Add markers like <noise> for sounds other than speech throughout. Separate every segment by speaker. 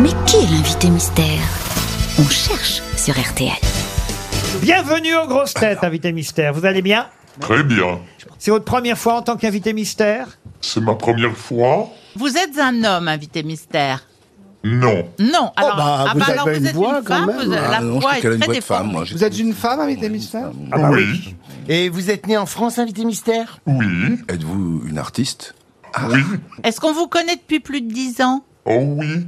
Speaker 1: Mais qui est l'invité mystère On cherche sur RTL.
Speaker 2: Bienvenue aux grosses têtes, invité mystère. Vous allez bien
Speaker 3: Très bien.
Speaker 2: C'est votre première fois en tant qu'invité mystère
Speaker 3: C'est ma première fois
Speaker 4: Vous êtes un homme, invité mystère.
Speaker 3: Non.
Speaker 4: Non, alors,
Speaker 5: bah, vous avez une voix, quand
Speaker 4: femme,
Speaker 5: même.
Speaker 4: vous-
Speaker 5: Ah
Speaker 4: la
Speaker 6: non, je
Speaker 4: voix
Speaker 6: crois
Speaker 4: est
Speaker 6: qu'elle a une
Speaker 4: très
Speaker 6: voix de femme,
Speaker 4: déformée.
Speaker 6: moi. j'ai-
Speaker 5: Vous êtes une femme, invité mystère
Speaker 3: oui.
Speaker 5: Et vous êtes né en France, invité mystère
Speaker 3: Oui.
Speaker 6: Êtes-vous une artiste
Speaker 3: Oui.
Speaker 4: Est-ce qu'on vous connaît depuis plus de 10 ans
Speaker 3: Oh oui.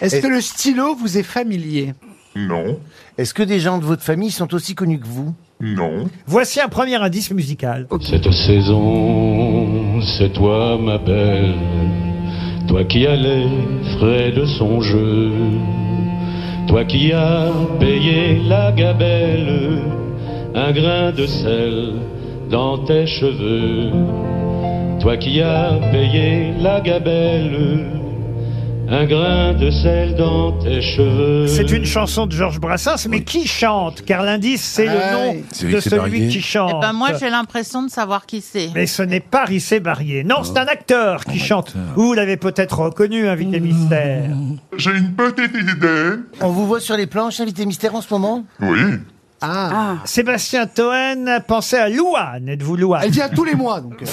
Speaker 7: Est-ce que le stylo vous est familier
Speaker 3: Non.
Speaker 5: Est-ce que des gens de votre famille sont aussi connus que vous
Speaker 3: Non.
Speaker 2: Voici un premier indice musical.
Speaker 8: Cette saison, c'est toi ma belle, toi qui allais frais de son jeu, toi qui as payé la gabelle, un grain de sel dans tes cheveux, toi qui as payé la gabelle, un grain de sel dans tes cheveux.
Speaker 2: C'est une chanson de Georges Brassens, mais qui chante Car l'indice, c'est
Speaker 7: Ah,
Speaker 2: le nom
Speaker 7: oui.
Speaker 6: C'est
Speaker 2: de
Speaker 6: Rick
Speaker 2: celui
Speaker 6: Séverier.
Speaker 2: qui chante.
Speaker 4: Eh ben moi, j'ai l'impression de savoir qui c'est.
Speaker 2: Mais ce n'est pas Rissé Barrier. Non, c'est un acteur qui chante. Vous l'avez peut-être reconnu, invité mystère.
Speaker 3: J'ai une petite idée.
Speaker 5: On vous voit sur les planches, invité mystère, en ce moment
Speaker 3: Oui.
Speaker 2: Sébastien Toen, pensez à Louane. Êtes-vous Louane
Speaker 7: Elle vient tous les mois, donc. euh.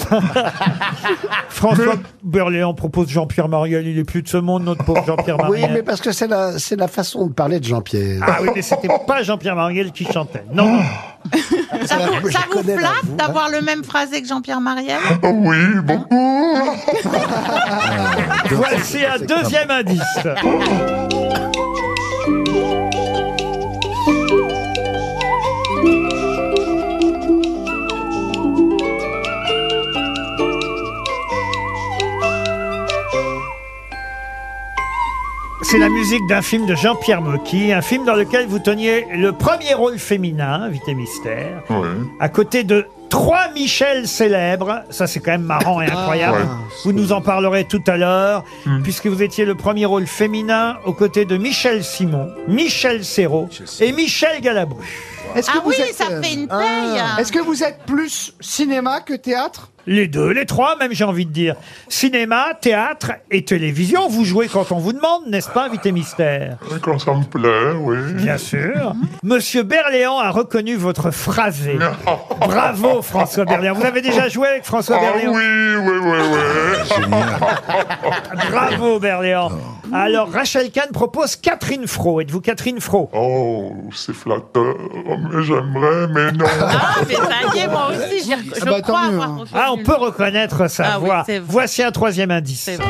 Speaker 2: François Berléand propose Jean-Pierre Mariel. Il est plus de ce monde, notre pauvre Jean-Pierre
Speaker 9: Oui,
Speaker 2: Mariel.
Speaker 9: mais parce que c'est la, c'est la façon de parler de Jean-Pierre.
Speaker 2: Ah oui, mais c'était pas Jean-Pierre Mariel qui chantait. Non, non.
Speaker 4: ça
Speaker 9: la-
Speaker 4: vous,
Speaker 9: je
Speaker 4: ça vous
Speaker 9: connais la
Speaker 4: flatte
Speaker 9: voix.
Speaker 4: d'avoir le même phrasé que Jean-Pierre Mariel
Speaker 3: Oh oui, beaucoup.
Speaker 2: Voici un deuxième indice. C'est la musique d'un film de Jean-Pierre Mocky, un film dans lequel vous teniez le premier rôle féminin, invité mystère,
Speaker 3: Oui.
Speaker 2: à côté de trois Michel célèbres. Ça, c'est quand même marrant et incroyable.
Speaker 3: Ouais.
Speaker 2: Vous nous en parlerez tout à l'heure, puisque vous étiez le premier rôle féminin aux côtés de Michel Simon, Michel Serrault et Michel Galabru.
Speaker 7: Est-ce que
Speaker 4: Ah
Speaker 7: vous
Speaker 4: oui,
Speaker 7: êtes,
Speaker 4: ça
Speaker 7: euh,
Speaker 4: fait une hein. taille.
Speaker 7: Est-ce que vous êtes plus cinéma que théâtre
Speaker 2: Les deux, les trois, même j'ai envie de dire. Cinéma, théâtre et télévision, vous jouez quand on vous demande, n'est-ce pas, invité mystère
Speaker 3: Quand ça me plaît, oui.
Speaker 2: Bien sûr. Monsieur Berléand a reconnu votre phrasé. Bravo, François Berléand. Vous avez déjà joué avec François
Speaker 3: Ah oui,
Speaker 2: Berléand
Speaker 3: oui, oui, oui.
Speaker 4: <laughs>
Speaker 2: Bravo, Berléand. Alors, Rachel Kahn propose Catherine Fro. Êtes-vous Catherine Fro
Speaker 3: Oh, c'est flatteur, mais j'aimerais, mais non.
Speaker 4: Ah, mais ça y est, moi aussi, j'ai- je
Speaker 7: Ah bah, tant
Speaker 4: crois
Speaker 7: mieux,
Speaker 4: avoir
Speaker 7: hein.
Speaker 4: reconnu
Speaker 2: Ah, on
Speaker 4: le-
Speaker 2: peut reconnaître sa
Speaker 4: Ah oui,
Speaker 2: voix.
Speaker 4: c'est vrai.
Speaker 2: Voici un troisième indice.
Speaker 4: C'est vrai.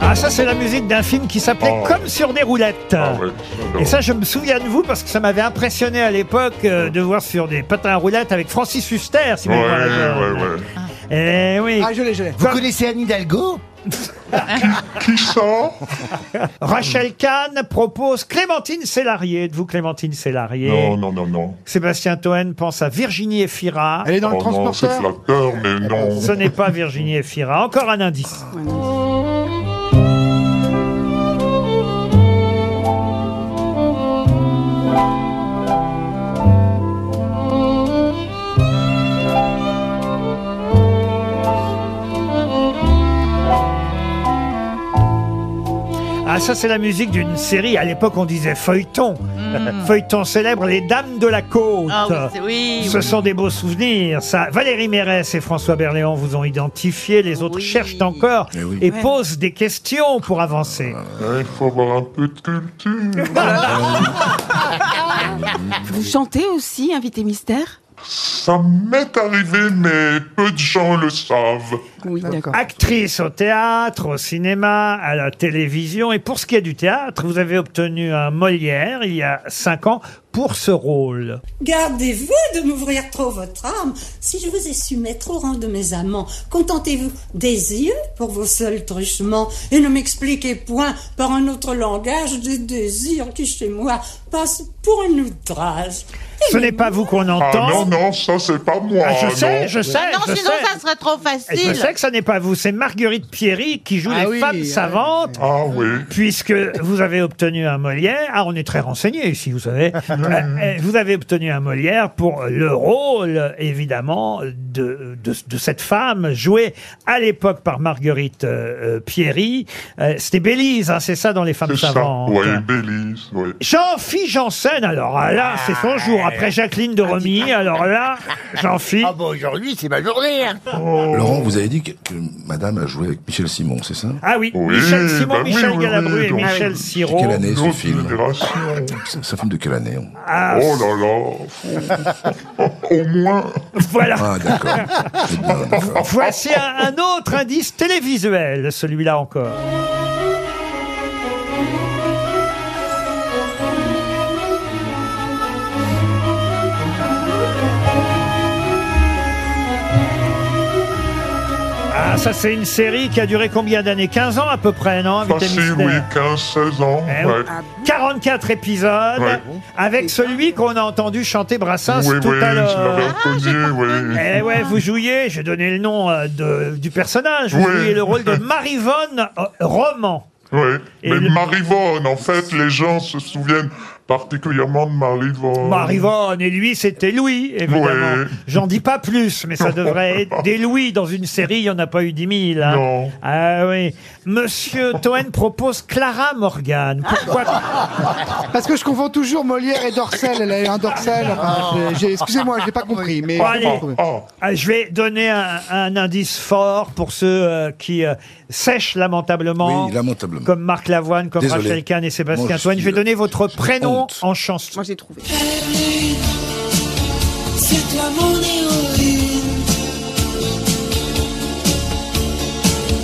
Speaker 2: Ah, ça, c'est la musique d'un film qui s'appelait
Speaker 3: Oh.
Speaker 2: Comme sur des roulettes.
Speaker 3: Ah ouais,
Speaker 2: Et ça, je me souviens de vous parce que ça m'avait impressionné à l'époque euh, de voir sur des patins à roulettes avec Francis Huster, si
Speaker 3: Ouais,
Speaker 2: vous voyez.
Speaker 3: ouais, ouais.
Speaker 2: Eh oui.
Speaker 7: Ah, je l'ai, je l'ai.
Speaker 5: Vous connaissez Anne Hidalgo
Speaker 3: Qui ça
Speaker 2: Rachel Kahn propose Clémentine Célarier. Êtes-vous Clémentine Célarier
Speaker 3: Non, non, non, non.
Speaker 2: Sébastien Toen pense à Virginie Efira.
Speaker 7: Elle est dans le
Speaker 3: Oh non, c'est
Speaker 7: transporteur
Speaker 3: flatteur, mais non.
Speaker 2: Ce n'est pas Virginie Efira. Encore un indice. Ah, ça, c'est la musique d'une série. À l'époque, on disait feuilleton. <laughs> Feuilleton célèbre, Les Dames de la Côte.
Speaker 4: Mm. Ah oui, c'est- oui,
Speaker 2: Ce sont des beaux souvenirs, ça. Valérie Mérès et François Berléand vous ont identifié, les autres
Speaker 4: Oui.
Speaker 2: cherchent encore et,
Speaker 6: Eh oui.
Speaker 2: posent des questions pour avancer.
Speaker 3: Eh, Il faut avoir un peu de culture.
Speaker 10: Vous chantez aussi, invité mystère
Speaker 3: Ça m'est arrivé, mais peu de gens le savent.
Speaker 10: Oui, d'accord.
Speaker 2: Actrice au théâtre, au cinéma, à la télévision. Et pour ce qui est du théâtre, vous avez obtenu un Molière il y a cinq ans pour ce rôle.
Speaker 10: Gardez-vous de m'ouvrir trop votre âme. Si je vous ai su mettre au rang de mes amants, contentez-vous des yeux pour vos seuls truchements et ne m'expliquez point par un autre langage des désirs qui chez moi passent pour un outrage.
Speaker 2: Ce n'est pas vous qu'on
Speaker 3: Ah non,
Speaker 2: entend.
Speaker 3: non, ça c'est pas moi.
Speaker 2: Ah, je
Speaker 3: non.
Speaker 2: sais, je sais,
Speaker 4: Ah, Bah Non,
Speaker 2: je
Speaker 4: sinon
Speaker 2: sais.
Speaker 4: ça ça serait trop
Speaker 2: Je
Speaker 4: facile.
Speaker 2: sais que ça n'est pas vous, c'est Marguerite Pierry qui joue
Speaker 7: Ah
Speaker 2: les
Speaker 7: oui,
Speaker 2: femmes
Speaker 7: ah
Speaker 2: savantes.
Speaker 3: Ah oui.
Speaker 2: Puisque vous avez obtenu un Molière, ah on est très renseigné ici, vous
Speaker 3: <laughs>
Speaker 2: savez. Euh, euh, vous avez obtenu un Molière pour le rôle, évidemment, de, de, de cette femme jouée à l'époque par Marguerite euh, euh, Pierry. Euh, C'était Bélise, hein, c'est ça dans les femmes
Speaker 3: C'est ça.
Speaker 2: savantes.
Speaker 3: Oui, Bélise, oui.
Speaker 2: Jean-Phi Janssen, alors ah, là, c'est son jour. Après Jacqueline de Romy, alors là, Jean-Phi.
Speaker 5: Ah bah aujourd'hui, c'est ma journée. hein.
Speaker 6: Laurent, vous avez dit que, que madame a joué avec Michel Simon, c'est ça
Speaker 2: Ah oui,
Speaker 3: Oui,
Speaker 2: Michel Simon,
Speaker 3: bah oui,
Speaker 2: Michel
Speaker 3: oui,
Speaker 2: Galabru
Speaker 3: oui,
Speaker 2: et
Speaker 3: donc-
Speaker 2: Michel
Speaker 6: De
Speaker 2: Siro.
Speaker 6: quelle année ce
Speaker 3: Notre
Speaker 6: film
Speaker 3: génération.
Speaker 6: C'est c'est un film de quelle année on-
Speaker 2: Ah,
Speaker 3: Oh là là. Au moins.
Speaker 2: voilà.
Speaker 4: <laughs>
Speaker 6: Ah, d'accord. Eh bien, d'accord.
Speaker 2: Voici un, un autre indice télévisuel, celui-là encore. Ah, ça c'est une série qui a duré combien d'années 15 ans à peu près, non Invité
Speaker 3: Facile,
Speaker 2: Mystère
Speaker 3: Ah, oui, 15, 16 ans.
Speaker 2: Eh
Speaker 3: ouais.
Speaker 2: oui. 44 épisodes,
Speaker 3: Ouais.
Speaker 2: avec celui qu'on a entendu chanter Brassens
Speaker 3: Oui,
Speaker 2: Ah, tout
Speaker 3: oui, je
Speaker 2: à l'heure. Ah,
Speaker 3: l'avais reconnu, oui.
Speaker 2: Eh ouais, vous jouiez, j'ai donné le nom euh, de, du personnage, vous
Speaker 3: Oui.
Speaker 2: jouiez le rôle de Marivonne euh, Roman.
Speaker 3: Oui,
Speaker 2: Et
Speaker 3: mais
Speaker 2: le-
Speaker 3: Marivonne, en fait, les gens se souviennent particulièrement de Marivonne.
Speaker 2: Marivonne, et lui, c'était Louis, évidemment.
Speaker 3: Ouais.
Speaker 2: J'en dis pas plus, mais ça devrait être des Louis dans une série, il n'y en a pas eu 10 000. hein.
Speaker 3: Non.
Speaker 2: Ah oui. Monsieur Toen propose Clara Morgan. Pourquoi
Speaker 7: Parce que je confonds toujours Molière et Dorsel. Elle a eu un Dorsel. Enfin, j'ai- j'ai- Excusez-moi, je l'ai pas compris. Mais
Speaker 2: Bon, allez.
Speaker 3: Ah, ah,
Speaker 2: Ah, Je vais donner un, un indice fort pour ceux euh, qui euh, sèchent lamentablement.
Speaker 6: Oui, lamentablement.
Speaker 2: Comme Marc Lavoine, comme
Speaker 6: Désolé.
Speaker 2: Rachel Kahn et
Speaker 6: Moi,
Speaker 2: Sébastien
Speaker 6: je
Speaker 2: Toine. Je vais
Speaker 6: suis- euh,
Speaker 2: donner votre prénom
Speaker 6: honte.
Speaker 2: en chanson.
Speaker 4: j'ai trouvé.
Speaker 10: C'est toi mon héroïne.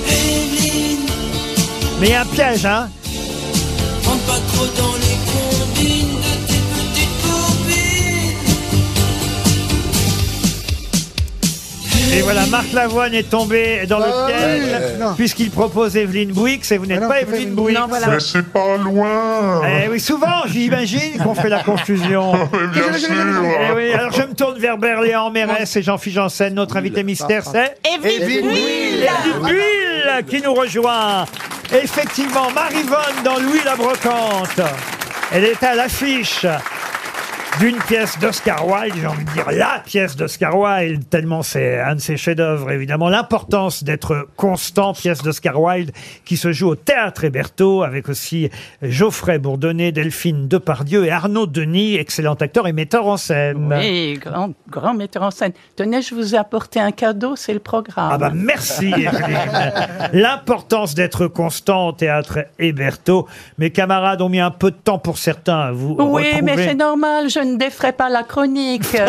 Speaker 10: Evelyne,
Speaker 2: Mais il y a un piège, hein
Speaker 10: rentre pas trop dans les combines de tes petites copines.
Speaker 2: Et voilà, Marc Lavoine est tombé dans le
Speaker 7: Ah oui,
Speaker 2: piège,
Speaker 7: non.
Speaker 2: puisqu'il propose Evelyne Bouix et vous n'êtes
Speaker 7: Ah non,
Speaker 2: pas
Speaker 7: c'est pas
Speaker 2: Evelyne
Speaker 7: Evelyne
Speaker 2: Bouix.
Speaker 4: Non, voilà.
Speaker 3: Mais c'est pas loin.
Speaker 2: Eh oui, souvent, j'imagine qu'on fait la confusion.
Speaker 3: Mais bien sûr.
Speaker 2: Eh oui, alors je me tourne vers Berléand Mérès et Jean-Philippe Janssen. Notre invité mystère, c'est
Speaker 4: Evelyne Bouille.
Speaker 2: Evelyne Bull qui nous rejoint. Effectivement, Marivonne dans Louis la Brocante. Elle est à l'affiche d'une pièce d'Oscar Wilde, j'ai envie de dire la pièce d'Oscar Wilde, tellement c'est un de ses chefs-d'œuvre, évidemment. L'importance d'être constant, pièce d'Oscar Wilde, qui se joue au Théâtre Héberto, avec aussi Geoffrey Bourdonnet, Delphine Depardieu et Arnaud Denis, excellent acteur et metteur en scène.
Speaker 4: Et grand, grand metteur en scène. Tenez, je vous ai apporté un cadeau, c'est le programme.
Speaker 2: Ah bah merci Evelyne. L'importance d'être constant au théâtre Héberto. Mes camarades ont mis un peu de temps pour certains à vous
Speaker 4: oui, mais
Speaker 2: retrouver.
Speaker 4: c'est normal, je ne déferai pas
Speaker 2: <laughs>
Speaker 4: la chronique. Euh,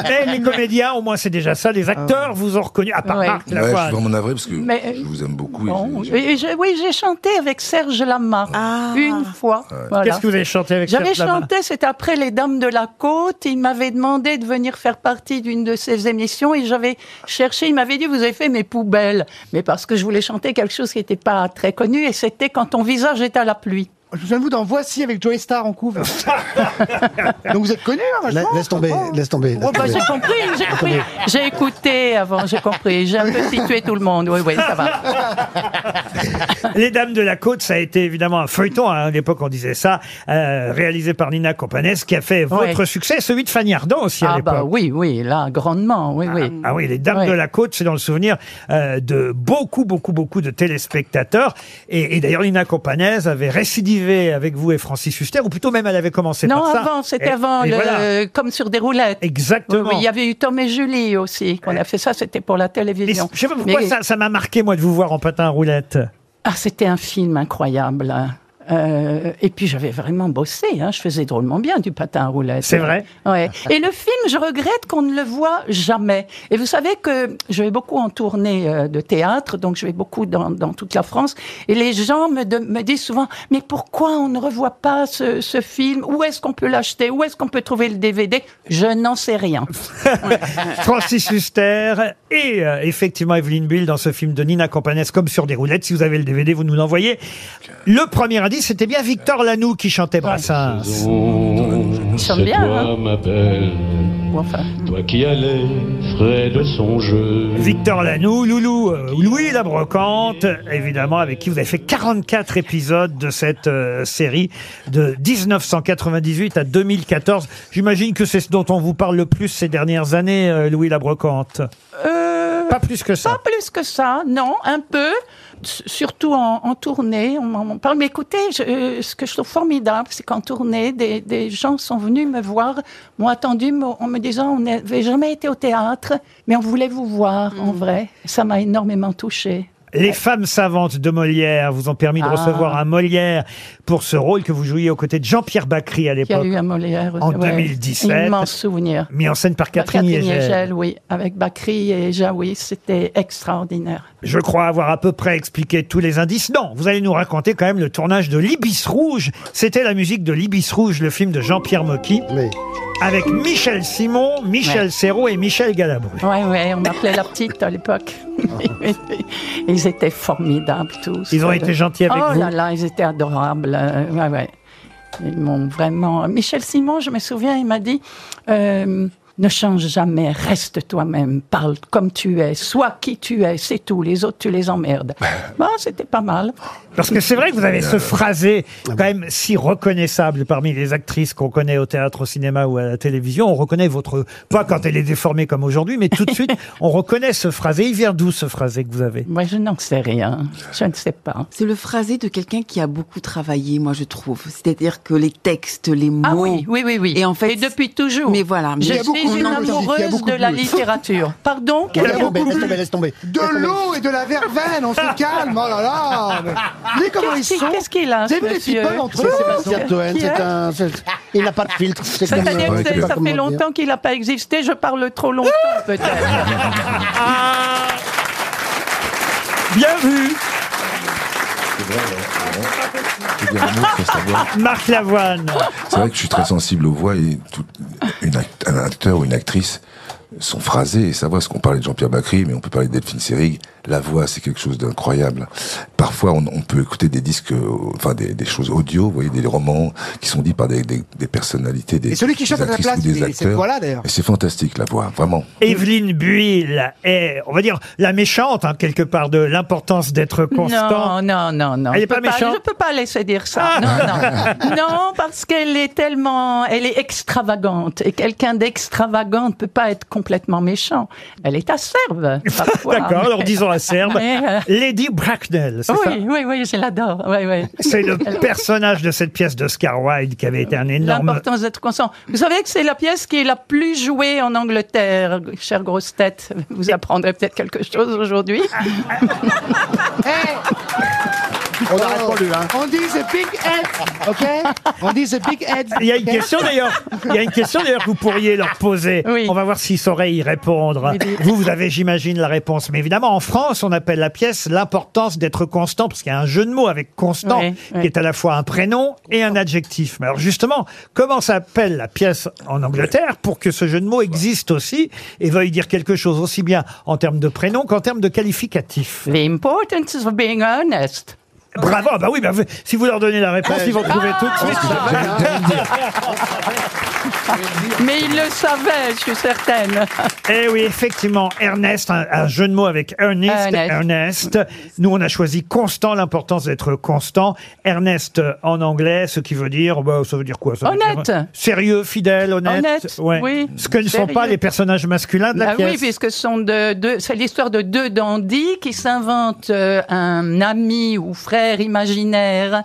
Speaker 2: Mais Eh, les comédiens, au moins c'est déjà ça. Les acteurs vous ont reconnu, à part
Speaker 4: Ah. Ouais.
Speaker 2: Marc
Speaker 6: Ouais, je suis
Speaker 2: Lavoine.
Speaker 6: vraiment navré parce que
Speaker 4: Mais- euh,
Speaker 6: je vous aime beaucoup. et
Speaker 4: Bon,
Speaker 6: je-
Speaker 4: et je- oui, j'ai chanté avec Serge Lama une fois. Voilà.
Speaker 2: Ah. Qu'est-ce que vous avez chanté avec
Speaker 4: J'avais
Speaker 2: Serge Lama
Speaker 4: chanté, c'était après Les Dames de la Côte. Il m'avait demandé de venir faire partie d'une de ses émissions et j'avais cherché. Il m'avait dit Vous avez fait mes poubelles. Mais parce que je voulais chanter quelque chose qui n'était pas très connu et c'était Quand ton visage est à la pluie.
Speaker 7: je me souviens de vous dans Voici avec Joey Star en
Speaker 5: <laughs>
Speaker 7: couvre. Donc vous êtes connu, hein,
Speaker 9: La-
Speaker 7: vachement,
Speaker 9: laisse tomber,
Speaker 7: je comprends.
Speaker 9: laisse tomber.
Speaker 4: Oh,
Speaker 9: laisse
Speaker 4: bah,
Speaker 9: tomber.
Speaker 4: j'ai compris, j'ai compris. J'ai écouté avant, j'ai compris. J'ai un peu situé tout le monde. Oui, oui, ça va.
Speaker 2: Les Dames de la Côte, ça a été évidemment un feuilleton, hein, à l'époque on disait ça, euh, réalisé par Nina Companès, qui a fait votre
Speaker 4: Ouais.
Speaker 2: succès, celui de Fanny Ardant aussi à
Speaker 4: Ah,
Speaker 2: l'époque.
Speaker 4: bah oui, oui, là, grandement. Oui, oui.
Speaker 2: Ah oui, les Dames
Speaker 4: Ouais.
Speaker 2: de la Côte, c'est dans le souvenir euh, de beaucoup, beaucoup, beaucoup de téléspectateurs. Et, et d'ailleurs, Nina Companèse avait récidivé avec vous et Francis Huster, ou plutôt même elle avait commencé
Speaker 4: Non,
Speaker 2: par ça.
Speaker 4: avant, c'était
Speaker 2: Et-
Speaker 4: avant,
Speaker 2: et
Speaker 4: le-
Speaker 2: voilà.
Speaker 4: Euh, comme sur des roulettes. Oui,
Speaker 2: Exactement.
Speaker 4: oui, il y avait eu Tom et Julie aussi, qu'on a fait ça, c'était pour la
Speaker 2: Mais
Speaker 4: télévision.
Speaker 2: je sais pas pourquoi
Speaker 4: Mais-
Speaker 2: ça ça m'a marqué, moi, de vous voir en patin à roulette.
Speaker 4: Ah, c'était un film incroyable. hein. Euh, et puis j'avais vraiment bossé, hein. je faisais drôlement bien du patin à roulettes.
Speaker 2: C'est vrai
Speaker 4: <laughs> Ouais. Et le film, je regrette qu'on ne le voit jamais. Et vous savez que je vais beaucoup en tournée euh, de théâtre, donc je vais beaucoup dans, dans toute la France. Et les gens me, de- me disent souvent, mais pourquoi on ne revoit pas ce, ce film Où est-ce qu'on peut l'acheter Où est-ce qu'on peut trouver le DVD Je n'en sais rien.
Speaker 2: Francis Huster et euh, effectivement Evelyne Bill dans ce film de Nina Campanès comme sur des roulettes. Si vous avez le DVD, vous nous l'envoyez. Le premier indice, c'était bien Victor Lanoux qui chantait Brassens.
Speaker 8: Saison,
Speaker 4: chante
Speaker 8: c'est
Speaker 4: bien,
Speaker 8: toi
Speaker 4: hein.
Speaker 8: ma belle,
Speaker 10: ou enfin.
Speaker 8: Toi qui allais frais de son jeu.
Speaker 2: Victor Lanoux, Loulou, euh, Louis la Brocante, évidemment, avec qui vous avez fait 44 épisodes de cette euh, série de 1998 à 2014. J'imagine que c'est ce dont on vous parle le plus ces dernières années, euh, Louis la Brocante. Pas plus que ça.
Speaker 10: Euh, Pas plus que ça, non, un peu. S- Surtout en, en tournée, on m'en parle. Mais écoutez, je- euh, ce que je trouve formidable, c'est qu'en tournée, des, des gens sont venus me voir, m'ont attendu m'ont- en me disant on n'avait jamais été au théâtre, mais on voulait vous voir en
Speaker 4: Mm.
Speaker 10: vrai. Ça m'a énormément touchée.
Speaker 2: Les femmes savantes de Molière vous ont permis de
Speaker 10: Ah.
Speaker 2: recevoir un Molière pour ce rôle que vous jouiez aux côtés de Jean-Pierre Bacry à
Speaker 10: Il y a
Speaker 2: l'époque,
Speaker 10: eu un Molière
Speaker 2: en
Speaker 10: ouais.
Speaker 2: 2017.
Speaker 10: Immense souvenir.
Speaker 2: mis en scène par Catherine, Yegel.
Speaker 10: Yegel, oui, avec Bakri et Jaoui, c'était extraordinaire.
Speaker 2: Je crois avoir à peu près expliqué tous les indices. Non, vous allez nous raconter quand même le tournage de L'Ibis Rouge. C'était la musique de L'Ibis Rouge, le film de Jean-Pierre Mocky,
Speaker 11: Oui.
Speaker 2: avec Michel Simon, Michel
Speaker 10: Ouais.
Speaker 2: Serrault et Michel Galabru.
Speaker 10: Ouais, ouais, on m'appelait la petite à <laughs> l'époque. ils étaient formidables tous.
Speaker 2: Ils ont été gentils avec
Speaker 10: oh
Speaker 2: vous.
Speaker 10: là là, ils étaient adorables. euh, Ouais, ouais. Ils m'ont vraiment. Michel Simon, je me souviens, il m'a dit. euh, ne change jamais, reste toi-même, parle comme tu es, sois qui tu es, c'est tout, les autres tu les emmerdes. Bon, c'était pas mal.
Speaker 2: Parce que c'est vrai que vous avez ce phrasé quand même si reconnaissable parmi les actrices qu'on connaît au théâtre, au cinéma ou à la télévision. On reconnaît votre... Pas quand elle est déformée comme aujourd'hui, mais tout de suite, on reconnaît ce phrasé. Il vient d'où ce phrasé que vous avez
Speaker 10: Moi, je n'en sais rien, je ne sais pas.
Speaker 4: C'est le phrasé de quelqu'un qui a beaucoup travaillé, moi je trouve. C'est-à-dire que les textes, les mots.
Speaker 10: Ah oui, oui, oui, oui.
Speaker 4: Et en fait,
Speaker 10: depuis toujours.
Speaker 4: mais voilà, mais
Speaker 10: je
Speaker 4: il y a
Speaker 10: suis
Speaker 4: beaucoup
Speaker 10: une
Speaker 4: de musique, il y a
Speaker 10: amoureuse
Speaker 11: beaucoup
Speaker 10: de
Speaker 11: de
Speaker 10: la
Speaker 11: musique.
Speaker 10: littérature. <laughs> Pardon
Speaker 11: Il y
Speaker 10: quel-
Speaker 11: a beaucoup
Speaker 2: plus.
Speaker 11: laisse tomber, laisse tomber. Laisse
Speaker 7: De
Speaker 11: tomber.
Speaker 7: l'eau et de la verveine, on
Speaker 11: Ah.
Speaker 7: se calme. Oh là là. mais- Vous voyez comment ils
Speaker 10: Qu'est-ce
Speaker 7: sont
Speaker 10: qu'est-ce qu'il a
Speaker 7: Vous avez vu les
Speaker 10: monsieur
Speaker 7: people entre
Speaker 11: C'est
Speaker 7: eux hein,
Speaker 11: Sébastien
Speaker 10: Qui
Speaker 11: Toen,
Speaker 10: est
Speaker 11: c'est un. c'est- Il n'a pas de filtre. C'est comme,
Speaker 10: C'est-à-dire
Speaker 11: euh,
Speaker 10: que
Speaker 11: je sais
Speaker 10: c'est-
Speaker 11: pas
Speaker 10: ça
Speaker 11: comment
Speaker 10: fait
Speaker 11: dire. Ah,
Speaker 10: longtemps qu'il n'a pas existé, je parle trop longtemps peut-être.
Speaker 2: Bien vu
Speaker 6: Je veux dire un mot sur sa voix.
Speaker 2: Marc Lavoine
Speaker 6: C'est vrai que je suis très sensible aux voix et tout, une act- un acteur ou une actrice, son phrasé et sa voix, parce qu'on parlait de Jean-Pierre Bacry, mais on peut parler de Delphine Seyrig, la voix c'est quelque chose d'incroyable. Parfois on, on peut écouter des disques, euh, enfin des, des choses audio, vous voyez, des romans qui sont dits par des, des- des personnalités, des,
Speaker 7: Et celui qui
Speaker 6: des
Speaker 7: chante à la
Speaker 6: actrices
Speaker 7: place,
Speaker 6: ou des
Speaker 7: c'est cette
Speaker 6: acteurs.
Speaker 7: voix-là d'ailleurs.
Speaker 6: Et c'est fantastique la voix, vraiment.
Speaker 2: Evelyne Buil est, on va dire, la méchante, hein, quelque part, de l'importance d'être constant.
Speaker 10: Non, non, non, non.
Speaker 11: Ah,
Speaker 2: Elle est
Speaker 10: Je
Speaker 2: pas
Speaker 10: peux
Speaker 2: méchante
Speaker 10: Je peux pas laisser dire ça. Non,
Speaker 11: <laughs>
Speaker 10: non. Non, parce qu'elle est tellement, elle est extravagante. Et quelqu'un d'extravagant ne peut pas être complètement méchant. Elle
Speaker 11: <laughs>
Speaker 10: est acerbe. parfois.
Speaker 2: D'accord, alors disons la
Speaker 10: <laughs>
Speaker 2: Serbe.
Speaker 10: Mais, euh,
Speaker 2: Lady Bracknell, c'est ça
Speaker 10: Oui, oui, oui, je l'adore. Oui, oui.
Speaker 2: C'est
Speaker 10: <laughs>
Speaker 2: le personnage de cette pièce d'Oscar Wilde qui avait été un énorme...
Speaker 10: L'importance d'être constant. Vous savez que c'est la pièce qui est la plus jouée en Angleterre, chère grosse tête. Vous apprendrez peut-être quelque chose aujourd'hui.
Speaker 11: Eh On n'arrête pas lui, hein.
Speaker 7: Eh On dit the big head, ok On dit the big head.
Speaker 2: Il y a une question d'ailleurs, il y a une question d'ailleurs que vous pourriez leur poser.
Speaker 10: Oui.
Speaker 2: On va voir s'ils sauraient y répondre.
Speaker 10: Oui.
Speaker 2: Vous, vous avez, j'imagine, la réponse. Mais évidemment, en France, on appelle la pièce l'importance d'être constant, parce qu'il y a un jeu de mots avec constant,
Speaker 10: Oui, oui.
Speaker 2: qui est à la fois un prénom et un adjectif. Mais alors justement, comment s'appelle la pièce en Angleterre pour que ce jeu de mots existe aussi et veuille dire quelque chose aussi bien en termes de prénom qu'en termes de qualificatif
Speaker 10: The importance of being honest.
Speaker 2: Bravo, ah bah oui, bah, vous- si vous leur donnez la réponse, ils vont trouver tout de suite.
Speaker 10: Mais il le savait, je suis certaine.
Speaker 2: Eh oui, effectivement, Ernest, un, un jeu de mots avec Ernest, Ernest.
Speaker 10: Ernest.
Speaker 2: Nous, on a choisi constant, l'importance d'être constant. Ernest euh, en anglais, ce qui veut dire, bah, ça veut dire quoi ça veut
Speaker 10: Honnête.
Speaker 2: dire, euh, Sérieux, fidèle, honnête.
Speaker 10: Honnête, oui.
Speaker 2: Ce que ne sont
Speaker 10: Sérieux.
Speaker 2: pas les personnages masculins de la
Speaker 10: Ah
Speaker 2: pièce.
Speaker 10: oui, puisque ce sont de, deux- c'est l'histoire de deux dandys qui s'inventent euh, un ami ou frère imaginaire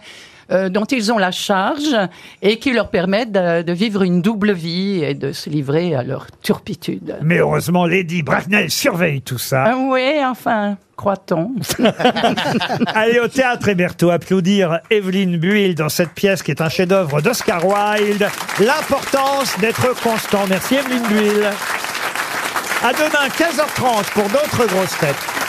Speaker 10: euh, dont ils ont la charge et qui leur permet de, de vivre une double vie et de se livrer à leur turpitude.
Speaker 2: Mais heureusement, Lady Bracknell surveille tout ça.
Speaker 10: Ah oui, enfin, croit-on.
Speaker 2: <laughs> Allez au théâtre Héberto applaudir Evelyne Buil dans cette pièce qui est un chef-d'œuvre d'Oscar Wilde. L'importance d'être constant. Merci Evelyne Buil. À demain 15h30 pour d'autres grosses têtes.